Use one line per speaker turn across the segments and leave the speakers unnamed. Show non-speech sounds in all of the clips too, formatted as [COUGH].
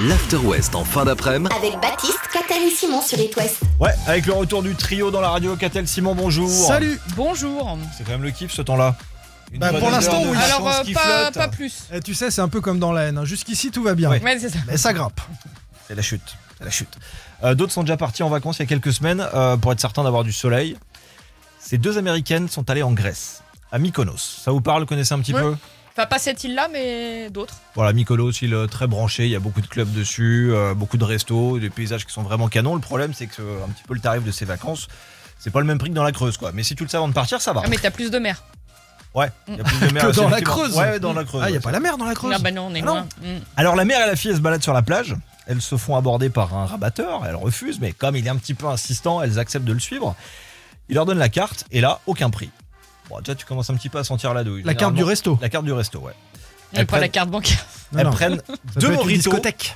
l'After West en fin d'après-midi.
Avec Baptiste, Catel et Simon sur It West.
Ouais, avec le retour du trio dans la radio, Catel Simon, bonjour.
Salut
Bonjour.
C'est quand même le kiff ce temps-là. Une
Bah,
bonne
pour
odeur
l'instant,
de
oui.
chance
Alors, euh,
qui
pas,
flotte.
pas plus.
Eh, Tu sais, c'est un peu comme dans la haine. hein. Jusqu'ici, tout va bien.
Ouais.
Ouais, c'est ça.
Mais ça grimpe.
C'est la chute. c'est la chute. Euh, D'autres sont déjà partis en vacances il y a quelques semaines euh, pour être certains d'avoir du soleil. Ces deux américaines sont allées en Grèce, à Mykonos. Ça vous parle, vous connaissez un petit
Ouais.
peu
Enfin, pas cette île-là, mais d'autres.
Voilà, Mykonos, il est très branché, il y a beaucoup de clubs dessus, euh, beaucoup de restos, des paysages qui sont vraiment canons. Le problème, c'est que euh, un petit peu le tarif de ces vacances, c'est pas le même prix que dans la Creuse, quoi. Mais si tu le sais avant de partir, ça va.
Ah, mais t'as plus de mer.
Ouais, il y a plus de mer
[LAUGHS] Que dans la
effectivement.
Creuse.
Ouais, ouais, dans la Creuse.
Ah, il
ouais,
a pas la mer dans la Creuse.
Ah, bah non, on est
Ah,
loin. Mm.
Alors la mère et la fille elles se baladent sur la plage. Elles se font aborder par un rabatteur. Elles refusent, mais comme il est un petit peu insistant, elles acceptent de le suivre. Il leur donne la carte et là, aucun prix. Bon, déjà tu commences un petit peu à sentir la douille.
La carte du
Généralement,
resto.
La carte du resto, ouais.
Mais pas
prennent-
la carte bancaire. [LAUGHS]
Non,
elles
non. [LAUGHS]
prennent
Ça
deux
peut être une
moritos,
discothèque.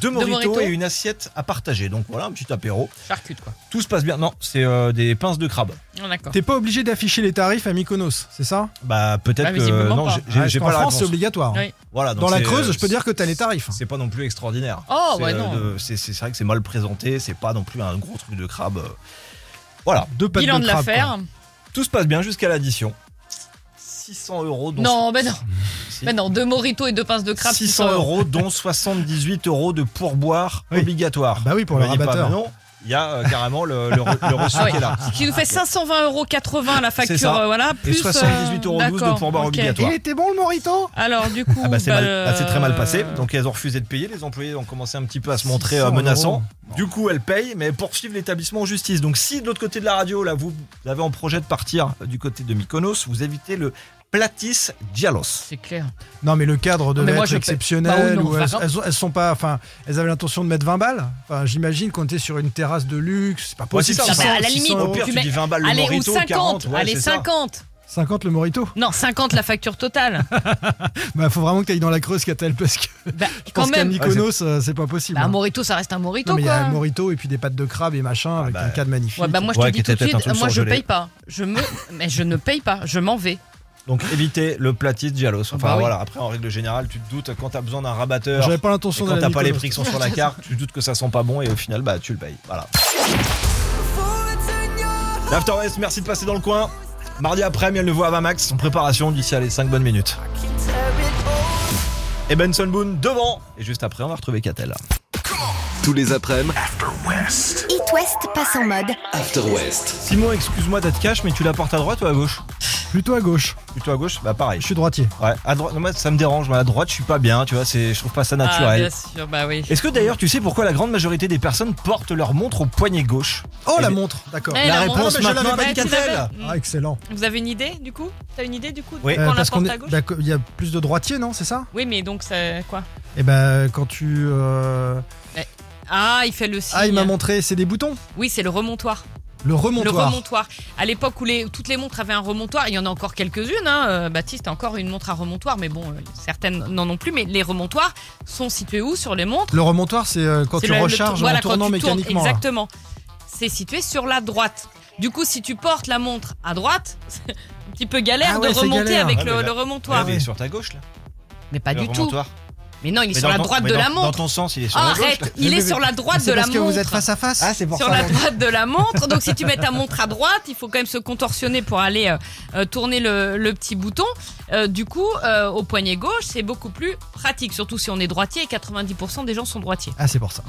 deux moritos
moritos.
et une assiette à partager. Donc voilà, un petit apéro.
Charcute, quoi.
Tout se passe bien. Non, c'est euh, des pinces de crabe.
Non, d'accord.
T'es pas obligé d'afficher les tarifs à Mykonos, c'est ça
Bah peut-être
Bah,
que
visiblement
non,
pas.
j'ai- j'ai
Ouais,
j'ai
en
pas la
Ah, France, c'est
réponse.
obligatoire.
Oui.
Voilà, donc
Dans la
c'est-
Creuse, je peux
c'est-
dire que t'as les tarifs.
C'est pas non plus extraordinaire.
Oh,
C'est,
ouais,
euh,
non.
de- c'est, c'est- c'est vrai que c'est mal présenté, c'est pas non plus un gros truc de crabe. euh. Voilà,
Deux pattes
Bilan
de
de
crabe,
l'affaire.
quoi.
tout se passe bien jusqu'à l'addition. 600 euros, dont
Non, mais non.
si-
Mais non, deux moritos et deux pinces de crabe.
600 euros, dont 78 euros de pourboire
Oui.
obligatoire.
Ah bah oui, pour le
Vous voyez pas,
rabatteur.
mais non, il y a euh, carrément le, le, re- le reçu
Ah ouais.
qui est là.
[LAUGHS] Ce qui nous fait 520 euros 80 la
C'est
facture,
ça.
euh, voilà. Plus,
78 euros 12 de
d'accord,
pourboire
ok.
obligatoire.
Il était bon le morito
Alors, du coup.
Ah bah c'est,
bah,
mal- bah, c'est très mal passé,
euh,
donc elles ont refusé de payer, les employés ont commencé un petit peu à se montrer
600
euh, menaçants.
euros.
Du coup elles payent, mais elles poursuivent l'établissement en justice. Donc si de l'autre côté de la radio, là vous avez en projet de partir euh, du côté de Mykonos, vous évitez le Platis Dialos.
C'est clair.
Non, mais le cadre devait
Mais moi,
être
je paie. Bah oui,
exceptionnel.
non,
ou elles,
enfin, non.
elles- elles sont pas, enfin, elles avaient l'intention de mettre 20 balles. Enfin, j'imagine qu'on était sur une terrasse de luxe. C'est pas
Ouais, c'est
possible.
ça,
Ah bah,
600,
à la
600
limite,
Au
euros.
pire, tu
mets-
dis 20 balles le
Allez, ou
morito,
50.
40, ouais,
Allez,
c'est ça.
50.
50 le morito.
Non, 50 la
[LAUGHS]
facture totale.
Bah, faut vraiment que t'ailles dans la Creuse, Catel, parce que
Bah,
je
quand
pense qu'à
même.
Mykonos, euh, c'est pas possible.
Bah, un
hein.
morito, ça reste un morito,
Non, mais il y
quoi.
a un morito et puis des pattes de crabe et machin avec
bah,
un cadre magnifique.
Ouais, bah moi je
Ouais,
te
qui
dis tout de
était un
suite,
truc
moi je
surgelé.
paye pas. Je me, mais je ne paye pas. Je m'en vais.
Donc évitez le Platis Dialos. Enfin
Bah oui.
voilà, après en règle générale, tu te doutes quand t'as besoin d'un rabatteur.
J'avais pas
et
l'intention
quand
d'aller
t'as
à
pas les
Mykonos.
prix qui sont sur la carte, tu te doutes que ça sent pas bon et au final, bah tu le payes. Voilà. L'After West, merci de passer dans le coin. Mardi après, Miel Nevo à Max, en préparation d'ici à les 5 bonnes minutes. Et Benson Boone devant. Et juste après, on va retrouver Catel.
Tous les après-midi,
It West passe en mode
After West.
Simon, excuse-moi d'être cash, mais tu la portes à droite ou à gauche
Plutôt à gauche.
Plutôt à gauche Bah pareil.
Je suis droitier.
Ouais, à droite, non, moi, ça me dérange. Moi, à droite, je suis pas bien, tu vois, c'est- je trouve pas ça
Ah,
naturel.
bien sûr, bah oui.
Est-ce que d'ailleurs tu sais pourquoi la grande majorité des personnes portent leur montre au poignet gauche
Oh,
Eh
la
bien-
montre, d'accord.
Eh,
La
montre.
réponse
Ah, mais je
maintenant
l'avais
avec
pas dit,
Catel.
Isabelle. Mm.
Ah, excellent. Euh,
Vous avez une idée du coup T'as une idée du coup de
Oui. Euh,
pourquoi on la
parce qu'on
porte
est-
à gauche
bah-
d'accord, il y a plus de droitiers, non C'est ça
Oui, mais donc c'est quoi
Et ben quand tu. euh,
Ah, il fait le signe.
Ah, il m'a montré, c'est des boutons
Oui, c'est le remontoir.
Le remontoir.
Le remontoir. À l'époque où les, toutes les montres avaient un remontoir, il y en a encore quelques-unes. Hein. euh, Baptiste a encore une montre à remontoir, mais bon, euh, certaines n'en ont plus. Mais les remontoirs sont situés où sur les montres
Le remontoir, c'est euh, quand
C'est
tu
le- le
recharges
tour- voilà,
en tournant
quand tu tournes,
mécaniquement. là.
exactement. C'est situé sur la droite. Du coup, si tu portes la montre à droite, [LAUGHS] c'est un petit peu galère
Ah ouais,
de
c'est
remonter
galère.
avec
Ouais,
le,
mais là-
le remontoir.
mais sur ta gauche là.
Mais pas
le
du tout.
remontoir.
Mais non, il est
Mais dans
sur la
ton-
droite
mais
de
dans-
la
Dans
montre.
ton sens, il est sur la gauche.
Arrête, il
Mais-
est
mais-
sur la
Mais
droite
c'est
de la
parce que vous êtes
montre. Ah,
face à face. Ah,
c'est
Sur la droite de la montre. Donc si tu mets ta montre à droite, il faut quand même se contorsionner pour aller euh, euh, tourner le, le petit bouton. Euh, du coup, euh, au poignet gauche, c'est beaucoup plus pratique, surtout si on est droitier et 90% des gens sont droitiers.
Ah, c'est pour ça.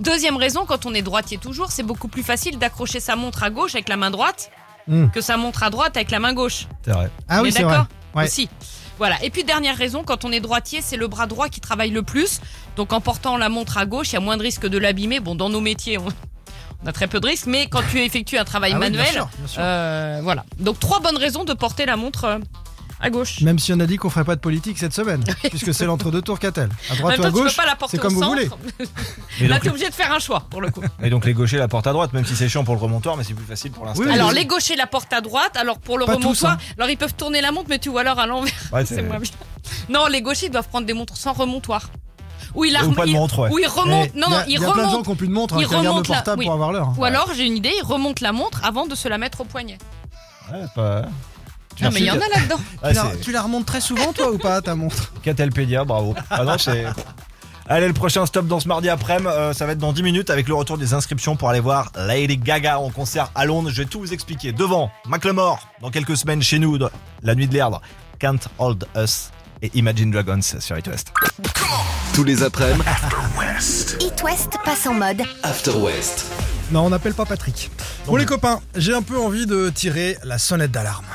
Deuxième raison, quand on est droitier toujours, c'est beaucoup plus facile d'accrocher sa montre à gauche avec la main droite
Hmm.
que sa montre à droite avec la main gauche.
C'est vrai.
Ah
On
oui,
est
c'est vrai.
d'accord
Ouais.
Aussi. Voilà. Et puis dernière raison, quand on est droitier, c'est le bras droit qui travaille le plus. Donc en portant la montre à gauche, il y a moins de risque de l'abîmer. Bon, dans nos métiers, on, [LAUGHS] on a très peu de risques, mais quand tu effectues un travail
Ah oui, bien
manuel,
sûr, bien sûr.
euh, voilà. Donc trois bonnes raisons de porter la montre euh, à gauche.
Même si on a dit qu'on ferait pas de politique
[LAUGHS]
cette semaine, puisque c'est l'entre-deux tours qu'a-t-elle À
En
droite
même
ou à
temps, tu
gauche
peux pas la porter
C'est comme
au
vous
centre.
voulez.
Et
Là,
donc,
t'es obligé de faire un choix pour le coup.
les- et donc les gauchers la portent à droite, même si c'est chiant pour le remontoir, mais c'est plus facile pour l'instant.
Oui,
Alors
mais-
les gauchers la portent à droite, alors pour le
Pas tous,
remontoir,
hein.
alors ils peuvent tourner la montre, mais tu vois alors à l'envers,
Ouais,
c'est moins bien. Non, les gauchers ils doivent prendre des montres sans remontoir. Ou
Euh,
ils la
Ou pas de
ils-
montre, ouais.
ou ils remontent.
Eh,
Non,
y a-
non, ils
y a plein de gens
remontent.
qui ont plus de montre, hein,
Ils
qui regardent le
remontent là,
portable
oui.
pour avoir l'heure. hein.
Ou alors j'ai une idée, ils remontent la montre avant de se la mettre au poignet.
Ouais, pas... Tu
Non mais il y en
insultes.
a
[LAUGHS]
là-dedans.
Ah,
Tu la-
c'est-
tu la remontes très souvent, toi, ou pas, ta montre
Catalpédia, bravo. Ah non, c'est. Allez, le prochain stop dans ce mardi après-midi, euh, ça va être dans 10 minutes avec le retour des inscriptions pour aller voir Lady Gaga en concert à Londres. Je vais tout vous expliquer. Devant, Macklemore, dans quelques semaines chez nous, dans la nuit de l'herbe, Can't Hold Us et Imagine Dragons sur It
[LAUGHS]
West.
Tous les après-midi,
It West passe en mode.
After West.
Non, on n'appelle pas Patrick. Bon, les copains, j'ai un peu envie de tirer la sonnette d'alarme.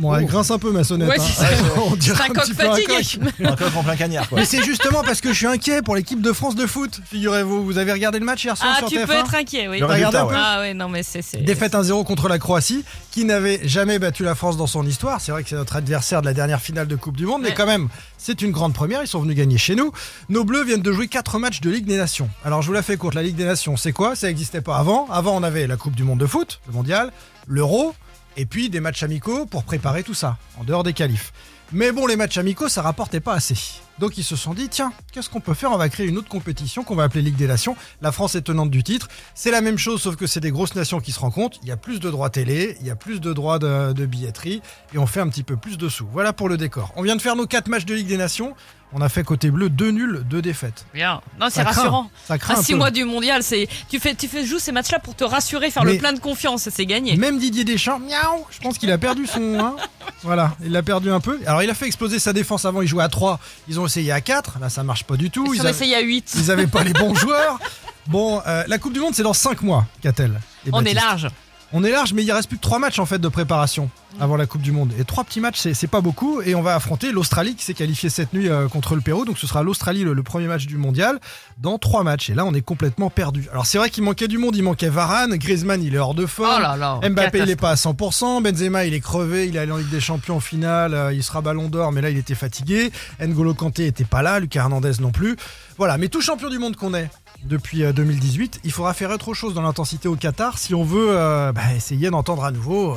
Bon, elle grince un peu ma sonnette.
Ouais,
hein.
c'est ça.
on dirait
C'est un
un
coq
petit peu un
fatigué. [LAUGHS]
coq.
Un coq en plein cagnard, quoi.
Mais c'est justement parce que je suis inquiet pour l'équipe de France de foot, figurez-vous. Vous avez regardé le match hier soir
Ah,
sur
tu
TF1
peux être inquiet, oui.
Le
Regardez
résultat,
un
ouais.
peu.
Ah ouais, non mais c'est... c'est-
Défaite 1-0 contre la Croatie, qui n'avait jamais battu la France dans son histoire. C'est vrai que c'est notre adversaire de la dernière finale de Coupe du Monde, mais
Ouais.
quand même, c'est une grande première. Ils sont venus gagner chez nous. Nos Bleus viennent de jouer 4 matchs de Ligue des Nations. Alors, je vous la fais courte. La Ligue des Nations, c'est quoi Ça n'existait pas avant. Avant, on avait la Coupe du Monde de foot, le mondial, l'Euro, et puis des matchs amicaux pour préparer tout ça, en dehors des qualifs. Mais bon, les matchs amicaux, ça rapportait pas assez. Donc ils se sont dit, tiens, qu'est-ce qu'on peut faire On va créer une autre compétition qu'on va appeler Ligue des Nations. La France est tenante du titre. C'est la même chose, sauf que c'est des grosses nations qui se rencontrent. Il y a plus de droits télé, il y a plus de droits de, de billetterie, et on fait un petit peu plus de sous. Voilà pour le décor. On vient de faire nos quatre matchs de Ligue des Nations. On a fait côté bleu deux nuls, deux défaites.
Bien. Non, c'est
Ça craint.
rassurant.
Ça craint
À
Ah, un
6
peu.
Ah, mois du mondial, c'est tu fais tu fais jouer ces matchs-là pour te rassurer, faire
Mais-
le plein de confiance, et c'est gagné.
Même Didier Deschamps, miaou, je pense qu'il a perdu son.
[LAUGHS]
hein. voilà, il l'a perdu un peu. Alors il a fait exploser sa défense avant, il jouait à 3. Ils ont essayé à 4. Là, ça marche pas du tout.
Si
Ils
on
avaient-
essaye à 8,
Ils n'avaient pas les bons [LAUGHS] joueurs. Bon, euh, la Coupe du Monde, c'est dans 5 mois, qu'a-t-elle Et
on est
Baptiste
large.
On est large, mais il reste plus que 3 matchs en fait de préparation
Mm.
avant la Coupe du Monde. Et 3 petits matchs, c'est- c'est pas beaucoup. Et on va affronter l'Australie qui s'est qualifiée cette nuit euh, contre le Pérou. Donc ce sera l'Australie le, le premier match du mondial dans 3 matchs. Et là, on est complètement perdu. Alors c'est vrai qu'il manquait du monde. Il manquait Varane, Griezmann, il est hors de forme.
Oh là là.
Mbappé, il
catastrophe.
est pas à 100%. Benzema, il est crevé. Il est allé en Ligue des Champions en finale. euh, Il sera ballon d'or, mais là, il était fatigué. N'Golo Kanté était pas là. Lucas Hernandez non plus. Voilà. Mais tout champion du monde qu'on est depuis euh, 2018, il faudra faire autre chose dans l'intensité au Qatar si on veut euh, bah, essayer d'entendre à nouveau. euh,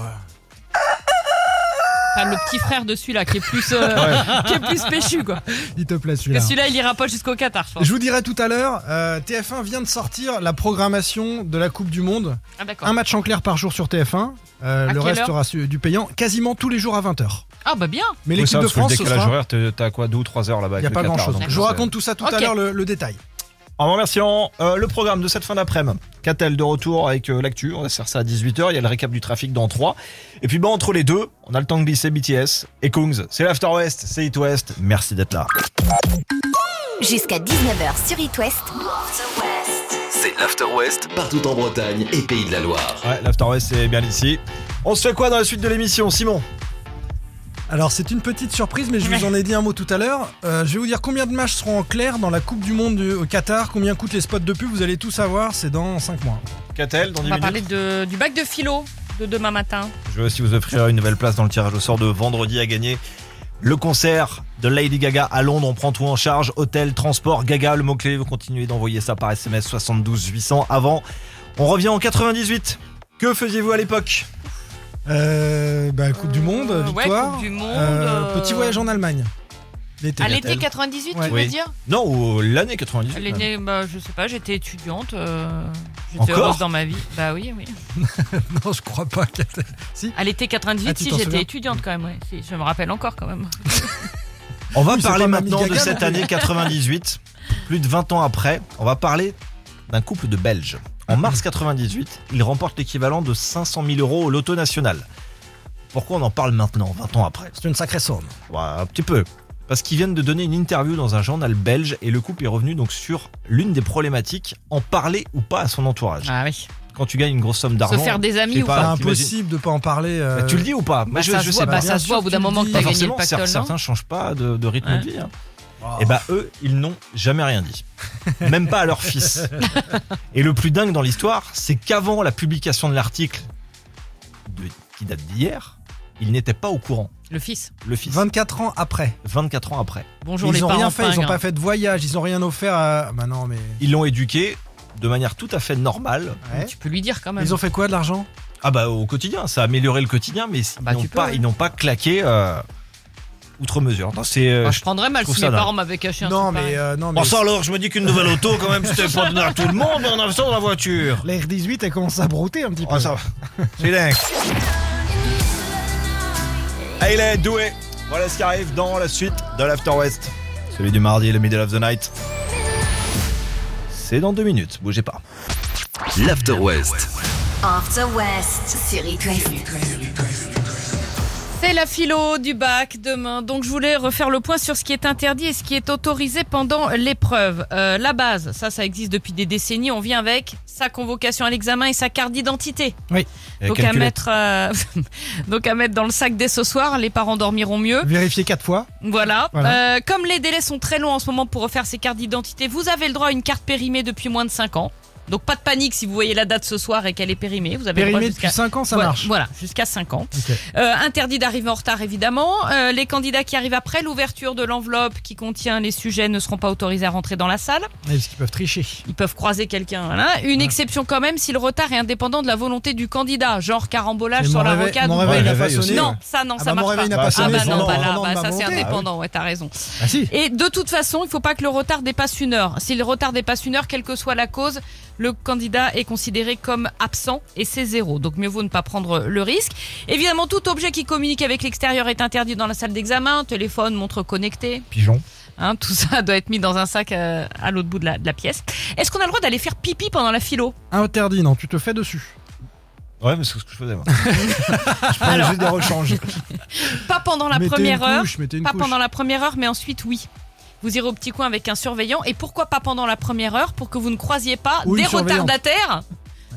Enfin, le petit frère de celui-là qui est plus euh, [LAUGHS] qui est plus péchu quoi.
il te plaît
Parce
celui-là.
que celui-là, il ira pas jusqu'au Qatar, je pense.
Je vous dirai tout à l'heure, euh, TF1 vient de sortir la programmation de la Coupe du Monde.
Ah d'accord.
Un match en clair par jour sur TF1. euh,
À
le
quelle
reste
heure
sera su- du payant quasiment tous les jours à 20h.
Ah bah bien.
Mais
Oui,
l'équipe
ça,
de
parce que le
France, ce
décalage
sera
horaire, t'es- t'as quoi 2 ou 3 heures là-bas
Il n'y a
avec
pas
le Qatar,
grand-chose.
donc
Je vous
c'est-
raconte tout ça tout à
Ok.
l'heure, le, le détail.
En vous remerciant, euh, le programme de cette fin d'après-midi. Catel de retour avec euh, l'actu. On va se faire ça à 18h. Il y a le récap du trafic dans 3. Et puis, bah, entre les deux, on a le temps de glisser BTS et Kungs. C'est l'After West, c'est It West. Merci d'être là.
Jusqu'à 19h sur It West.
C'est l'After West partout en Bretagne et Pays de la Loire.
Ouais, l'After West, c'est bien ici. On se fait quoi dans la suite de l'émission, Simon
Alors, c'est une petite surprise, mais je vous en ai dit un mot tout à l'heure. Euh, je vais vous dire combien de matchs seront en clair dans la Coupe du Monde du- au Qatar, combien coûtent les spots de pub, vous allez tout savoir, c'est dans 5 mois.
Catel, dans
On
10
va
minutes.
parler de, du bac de philo de demain matin.
Je vais aussi vous offrir une nouvelle place dans le tirage au sort de vendredi à gagner. Le concert de Lady Gaga à Londres, on prend tout en charge. Hôtel, transport, Gaga, le mot-clé, vous continuez d'envoyer ça par SMS 72 800 avant. On revient en 98. Que faisiez-vous à l'époque
Euh, bah, coupe du Monde,
Euh, ouais,
victoire.
Coupe du Monde,
Euh,
euh,
Petit voyage en Allemagne. L'été.
À l'été 98,
Ouais.
tu
Oui.
veux dire
Non, ou l'année 98. même.
L'été, bah, je sais pas, j'étais étudiante. euh, J'étais
Encore
heureuse dans ma vie. Bah oui, oui.
[LAUGHS] Non, je crois pas. qu'elle-
À l'été
Ah,
98,
tu
si
t'en souviens
j'étais étudiante quand même, ouais. Si, je me rappelle encore quand même.
On va
Oui, c'est
parler
pas Mamie
maintenant de
Gaga,
cette
non
année 98. Plus de 20 ans après, on va parler d'un couple de Belges. En mars 98, ils remportent l'équivalent de 500 000 euros au loto national. Pourquoi on en parle maintenant, 20 ans après
C'est une sacrée somme.
Ouais, un petit peu. Parce qu'ils viennent de donner une interview dans un journal belge et le couple est revenu donc sur l'une des problématiques, en parler ou pas à son entourage.
Ah oui.
Quand tu gagnes une grosse somme
Se
d'argent,
faire des amis
c'est
ou
pas-
C'est
pas.
Ah,
impossible de pas en parler. euh,
bah, tu le dis ou pas Moi,
Bah,
je,
ça
je
se
sais
voit,
pas.
bah,
bien
ça se
sûr
voit au bout
que
d'un
tu le
moment
dis.
que
Bah,
t'as gagné le
Forcément, cer-
pactole, non
certains changent pas de, de rythme
Ouais.
de vie. hein.
oh.
Et bah eux, ils n'ont jamais rien
[LAUGHS]
dit. Même pas à leur fils. Et le plus dingue dans l'histoire, c'est qu'avant la publication de l'article de- qui date d'hier, ils n'étaient pas au courant.
hein. Le fils.
Le fils,
24 ans après.
24 ans après.
Bonjour les
ils ont
parents.
rien fait, ils
fringues,
ont
hein.
pas fait de voyage, ils ont rien offert à. Bah non, mais.
Ils l'ont éduqué de manière tout à fait normale.
Ouais.
Tu peux lui dire quand même.
Ils ont fait quoi de l'argent
Ah bah au quotidien, ça a amélioré le quotidien, mais ils
bah,
n'ont
tu peux,
pas,
ouais.
ils n'ont pas claqué euh, outre mesure. Non, c'est, euh,
Enfin, Bah, je prendrais mal
trouve
si
ça
mes
dingue.
parents m'avaient caché un
Non,
truc pareil.
mais. euh, non, mais...
alors, je me dis qu'une nouvelle auto, quand même, c'était pas donné à tout le monde, mais on a ça dans la voiture.
La R18, elle commence à brouter un petit peu.
Ah, ça va. C'est dingue. Ah, il est doué. Voilà ce qui arrive dans la suite de l'After West. Celui du mardi, le Middle of the Night. C'est dans deux minutes, bougez pas.
l'After West.
After West sur It West.
C'est la philo du bac demain. Donc je voulais refaire le point sur ce qui est interdit et ce qui est autorisé pendant l'épreuve. Euh, la base, ça, ça existe depuis des décennies. On vient avec sa convocation à l'examen et sa carte d'identité.
Et
Donc à
calculez.
mettre, euh, [LAUGHS] donc à mettre dans le sac dès ce soir. Les parents dormiront mieux.
Vérifier quatre fois.
Voilà.
Voilà.
Euh, comme les délais sont très longs en ce moment pour refaire ces cartes d'identité, vous avez le droit à une carte périmée depuis moins de 5 ans. Donc pas de panique si vous voyez la date ce soir et qu'elle est périmée. Vous avez le droit
Périmé
jusqu'à
depuis 5 ans, ça
Ouais,
marche.
Voilà, jusqu'à 5 ans.
Ok. Ah,
Euh, interdit d'arriver en retard, évidemment. Euh, les candidats qui arrivent après l'ouverture de l'enveloppe qui contient les sujets ne seront pas autorisés à rentrer dans la salle.
Ouais, Parce qu'ils peuvent tricher.
Ils peuvent croiser quelqu'un. voilà. Une exception quand même si le retard est indépendant de la volonté du candidat, genre carambolage
Et
sur
mon
la
réveil-
rocade.
Mon
ou-
réveil,
Ouais,
il a
réveil
pas
aussi,
sonné.
Non, ça non,
Ah
ça
bah, mon
marche
réveil n'a
pas.
pas
Ah
sonné,
bah
c'est
non,
pendant-
bah là,
pendant
bah
ma
ça c'est
volonté.
indépendant, ouais, t'as raison.
Ah si
Et de toute façon, il faut pas que le retard dépasse une heure. Si le retard dépasse une heure, quelle que soit la cause, le candidat est considéré comme absent et c'est zéro. Donc mieux vaut ne pas prendre le risque. Évidemment, tout objet qui communique avec l'extérieur est interdit dans la salle d'examen. Téléphone, montre connectée,
Pigeon.
hein, tout ça [LAUGHS] doit être mis dans un sac euh, à l'autre bout de la, de la pièce. Est-ce qu'on a le droit d'aller faire pipi pendant la philo
Interdit, non, tu te fais dessus.
Ouais, mais c'est ce que je faisais. moi.
Je prends juste
[LAUGHS]
des rechanges.
Pas pendant la
Mettez
première
une
heure.
couche, mettez une
Pas
couche.
pendant la première heure, mais ensuite oui. Vous irez au petit coin avec un surveillant. Et pourquoi pas pendant la première heure Pour que vous ne croisiez pas
Ou une
des
surveillante.
retardataires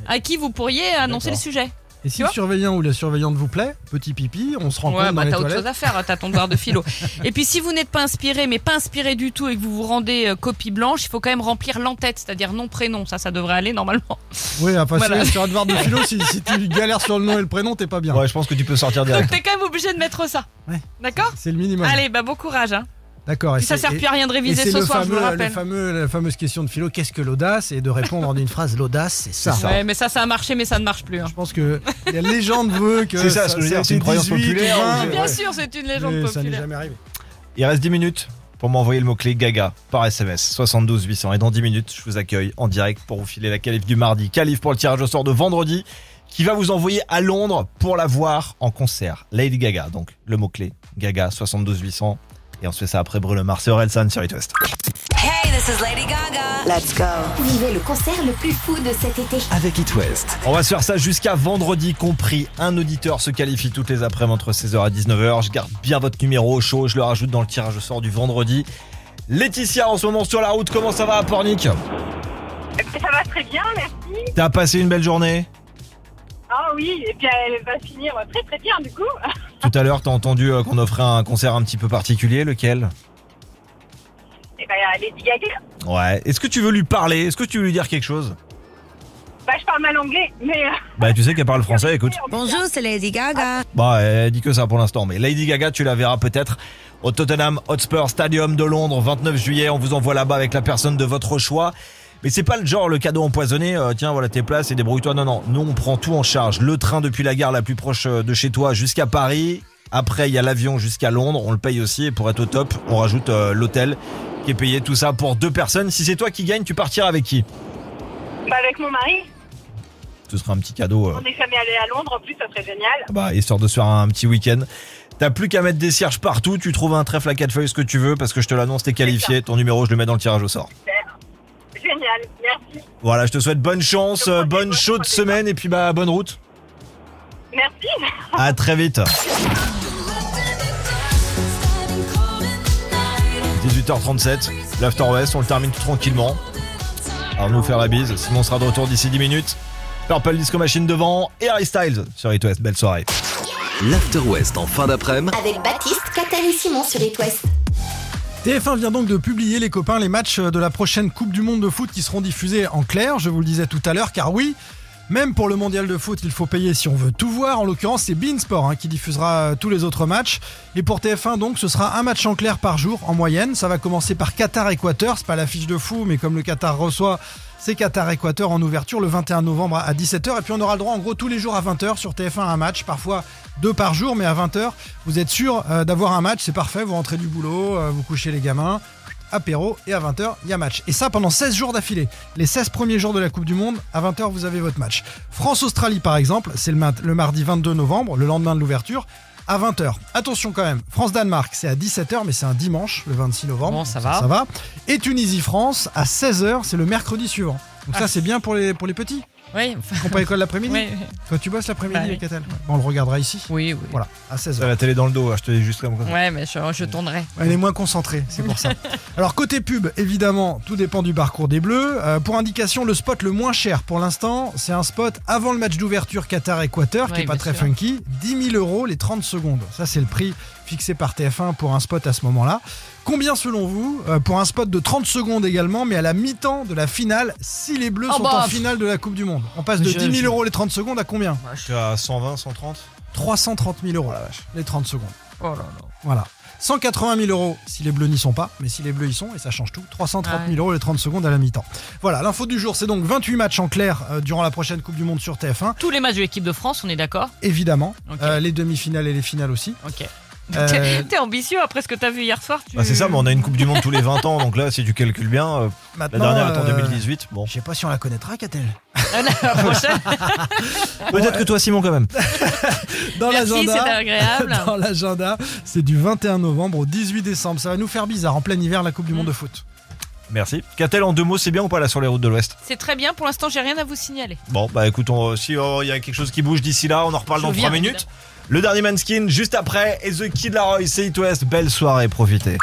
à qui vous pourriez annoncer le
D'accord.
sujet.
Et si
Tu
le
vois
surveillant ou la surveillante vous plaît, petit pipi, on se rend
Ouais,
compte dans
bah
les
t'as autre
toilettes.
chose à faire, t'as ton devoir de philo.
[LAUGHS]
et puis si vous n'êtes pas inspiré, mais pas inspiré du tout et que vous vous rendez euh, copie blanche, il faut quand même remplir l'entête, c'est-à-dire nom, prénom. Ça, ça devrait aller
[LAUGHS]
normalement.
Oui, à passer
Voilà.
sur un devoir de philo, si,
[LAUGHS]
si tu galères sur le nom et le prénom, t'es pas bien.
Ouais, je pense que tu peux sortir
Donc
direct.
t'es quand même obligé de mettre ça.
Ouais.
D'accord
C'est le minimum.
Allez, bah bon courage. Hein.
D'accord. et
Puis ça
c'est-
sert
et-
plus à rien de
et
réviser
c'est
ce
le
soir, je vous le
fameux- euh, le
rappelle.
fameux, la fameuse question de philo, qu'est-ce que l'audace Et de répondre en une phrase, l'audace, c'est ça.
C'est ça.
Ouais, mais ça, ça a marché, mais ça ne marche plus. hein.
Je pense que la légende veut que.
C'est ça, ce que je veux dire,
a
c'est
été
une croyance
18,
populaire,
20,
Ouais,
Bien
ouais.
sûr, c'est une
mais
légende
Ça n'est
populaire.
jamais arrivé.
Il reste 10 minutes pour m'envoyer le mot-clé Gaga par SMS 72 800. Et dans 10 minutes, je vous accueille en direct pour vous filer la calife du mardi. Calife pour le tirage au sort de vendredi qui va vous envoyer à Londres pour la voir en concert. Lady Gaga, donc le mot-clé Gaga 72 800. Et on se fait ça après Bruno Mars et Orelsan sur It West.
Hey, this is Lady Gaga. Let's go.
Vivez le concert le plus fou de cet été.
Avec It West.
On va se faire ça jusqu'à vendredi compris. Un auditeur se qualifie toutes les après-midi entre 16h et 19h. Je garde bien votre numéro au chaud, je le rajoute dans le tirage au sort du vendredi. Laetitia en ce moment sur la route, comment ça va à Pornic
Ça va très bien, merci.
T'as passé une belle journée
Ah oui, et puis elle va finir très très bien du coup.
Tout à l'heure, t'as entendu euh, qu'on offrait un concert un petit peu particulier, lequel
Et bah Lady Gaga,
Ouais. Est-ce que tu veux lui parler Est-ce que tu veux lui dire quelque chose
bah je parle mal anglais, mais... euh,
Bah tu sais qu'elle parle français, écoute.
Bonjour, c'est Lady Gaga.
Bah, elle dit que ça pour l'instant, mais Lady Gaga, tu la verras peut-être au Tottenham Hotspur Stadium de Londres, 29 juillet. On vous envoie là-bas avec la personne de votre choix. Mais c'est pas le genre le cadeau empoisonné, euh, tiens voilà tes places et débrouille-toi. Non, non, nous on prend tout en charge. Le train depuis la gare la plus proche euh, de chez toi jusqu'à Paris. Après il y a l'avion jusqu'à Londres, on le paye aussi et pour être au top, on rajoute euh, l'hôtel qui est payé, tout ça pour deux personnes. Si c'est toi qui gagne, tu partiras avec qui
bah avec mon mari,
Ce sera un petit cadeau. euh,
on est jamais allé à Londres en plus, ça serait génial.
Ah bah, histoire de se faire un petit week-end. T'as plus qu'à mettre des cierges partout, tu trouves un trèfle à quatre feuilles, ce que tu veux, parce que je te l'annonce, t'es qualifié, ton numéro, je le mets dans le tirage au sort.
Génial, merci.
Voilà, je te souhaite bonne chance,
Je prends
euh,
des
bonne
bonnes
chaude
photos.
semaine, et puis bah, bonne route.
Merci.
À très vite. 18h37, l'After West, on le termine tout tranquillement. Alors nous faire la bise, sinon on sera de retour d'ici 10 minutes. Purple Disco Machine devant et Harry Styles sur It West. Belle soirée.
L'After West en fin d'après-midi.
Avec Baptiste, Catherine et Simon sur It West.
TF1 vient donc de publier, les copains, les matchs de la prochaine Coupe du Monde de foot qui seront diffusés en clair, je vous le disais tout à l'heure, car oui, même pour le mondial de foot, il faut payer si on veut tout voir. En l'occurrence, c'est Beansport hein, qui diffusera euh, tous les autres matchs. Et pour TF1, donc, ce sera un match en clair par jour, en moyenne. Ça va commencer par Qatar-Équateur. C'est pas l'affiche de fou, mais comme le Qatar reçoit, c'est Qatar-Équateur en ouverture le 21 novembre à 17h. Et puis on aura le droit, en gros, tous les jours à 20h sur TF1 un match, parfois deux par jour, mais à 20h, vous êtes sûr euh, d'avoir un match. C'est parfait. Vous rentrez du boulot, euh, vous couchez les gamins apéro et à 20h, il y a match. Et ça pendant 16 jours d'affilée. Les 16 premiers jours de la Coupe du Monde, à 20h, vous avez votre match. France-Australie, par exemple, c'est le, mat- le mardi 22 novembre, le lendemain de l'ouverture. à 20h. Attention quand même, France-Danemark, c'est à 17h, mais c'est un dimanche, le 26 novembre.
Bon, ça
Donc
va.
Ça va. Et Tunisie-France, à 16h, c'est le mercredi suivant. Donc ça, c'est bien pour les, pour les petits
Oui,
qui n'ont
[LAUGHS]
pas école l'après-midi.
Ah. oui,
Toi, tu bosses l'après-midi,
Bah oui.
Catel On le regardera ici.
oui. oui.
Voilà, à 16h.
Ça, la télé dans le dos, hein, je te dis juste comme ça.
Ouais, mais je, je tournerai.
Elle est moins concentrée, c'est
[LAUGHS]
pour ça. Alors côté pub, évidemment, tout dépend du parcours des Bleus. Euh, pour indication, le spot le moins cher pour l'instant, c'est un spot avant le match d'ouverture Qatar-Équateur, qui
Oui,
est pas
bien
très
sûr.
funky. 10 000 euros les 30 secondes. Ça, c'est le prix fixé par TF1 pour un spot à ce moment-là. Combien selon vous euh, pour un spot de 30 secondes également, mais à la mi-temps de la finale, si les Bleus
Oh,
sont
bah,
en
pff.
finale de la Coupe du Monde On passe de
Je-
10
je-
000 euros les 30 secondes à combien
Je suis à 120, 130.
330 000 euros les 30 secondes.
Oh là là.
Voilà. 180 000 euros si les bleus n'y sont pas, mais si les bleus y sont, et ça change tout, 330 000
Ouais.
euros les 30 secondes à la mi-temps. Voilà, l'info du jour, c'est donc 28 matchs en clair euh, durant la prochaine Coupe du Monde sur TF1,
Tous les matchs de l'équipe de France, on est d'accord
évidemment.
Ok.
Euh, les demi-finales et les finales aussi.
Ok.
Euh,
[LAUGHS] T'es ambitieux après ce que t'as vu hier soir. tu-
Bah, c'est ça, mais on a une Coupe du Monde tous les 20 ans, donc là, si tu calcules bien, euh, la
maintenant,
dernière est en
euh,
2018. Bon,
Je sais pas si on la connaîtra, Catel.
[LAUGHS] La
[LAUGHS]
prochaine.
peut-être que toi, Simon, quand
[LAUGHS]
même.
Dans
Merci, c'était
l'agenda.
agréable.
[LAUGHS]
[LAUGHS] Dans l'agenda, c'est du 21 novembre au 18 décembre. Ça va nous faire bizarre en plein hiver la
Mm.
Coupe du Monde de foot.
Merci. Qu'a-t-elle en deux mots, c'est bien ou pas là sur les routes de l'Ouest
C'est très bien. Pour l'instant, j'ai rien à vous signaler.
Bon, bah écoute, on- si oh, il y a quelque chose qui bouge d'ici là, on en reparle
Je
dans
viens,
3 minutes. Le dernier Manskin juste après et The Kid Laroi, c'est It West. Belle soirée, profitez.